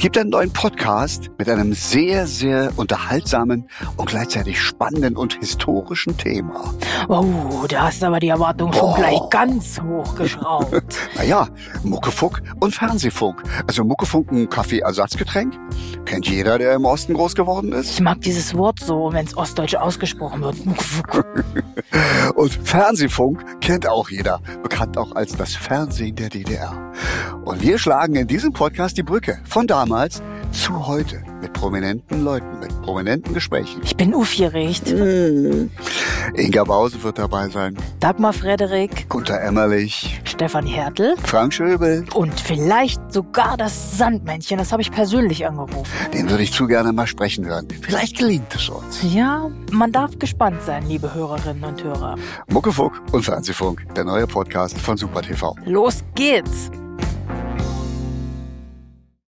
gibt einen neuen Podcast mit einem sehr, sehr unterhaltsamen und gleichzeitig spannenden und historischen Thema. Oh, da hast du aber die Erwartung schon Boah. gleich ganz hochgeschraubt. Naja, Muckefuck und Fernsehfunk. Also Muckefuck ein Kaffeeersatzgetränk. Kennt jeder, der im Osten groß geworden ist. Ich mag dieses Wort so, wenn es ostdeutsch ausgesprochen wird. Und Fernsehfunk kennt auch jeder, bekannt auch als das Fernsehen der DDR. Und wir schlagen in diesem Podcast die Brücke von damals zu heute mit prominenten Leuten, mit prominenten Gesprächen. Ich bin aufgeregt. Inga Bause wird dabei sein, Dagmar Frederik, Gunter Emmerlich, Stefan Hertel Frank Schöbel, und vielleicht sogar das Sandmännchen. Das habe ich persönlich angerufen. den würde ich zu gerne mal sprechen hören. Vielleicht gelingt es uns. Ja, man darf gespannt sein, liebe Hörerinnen und Hörer. Muckefuck und Fernsehfunk, der neue Podcast von Super TV. Los geht's!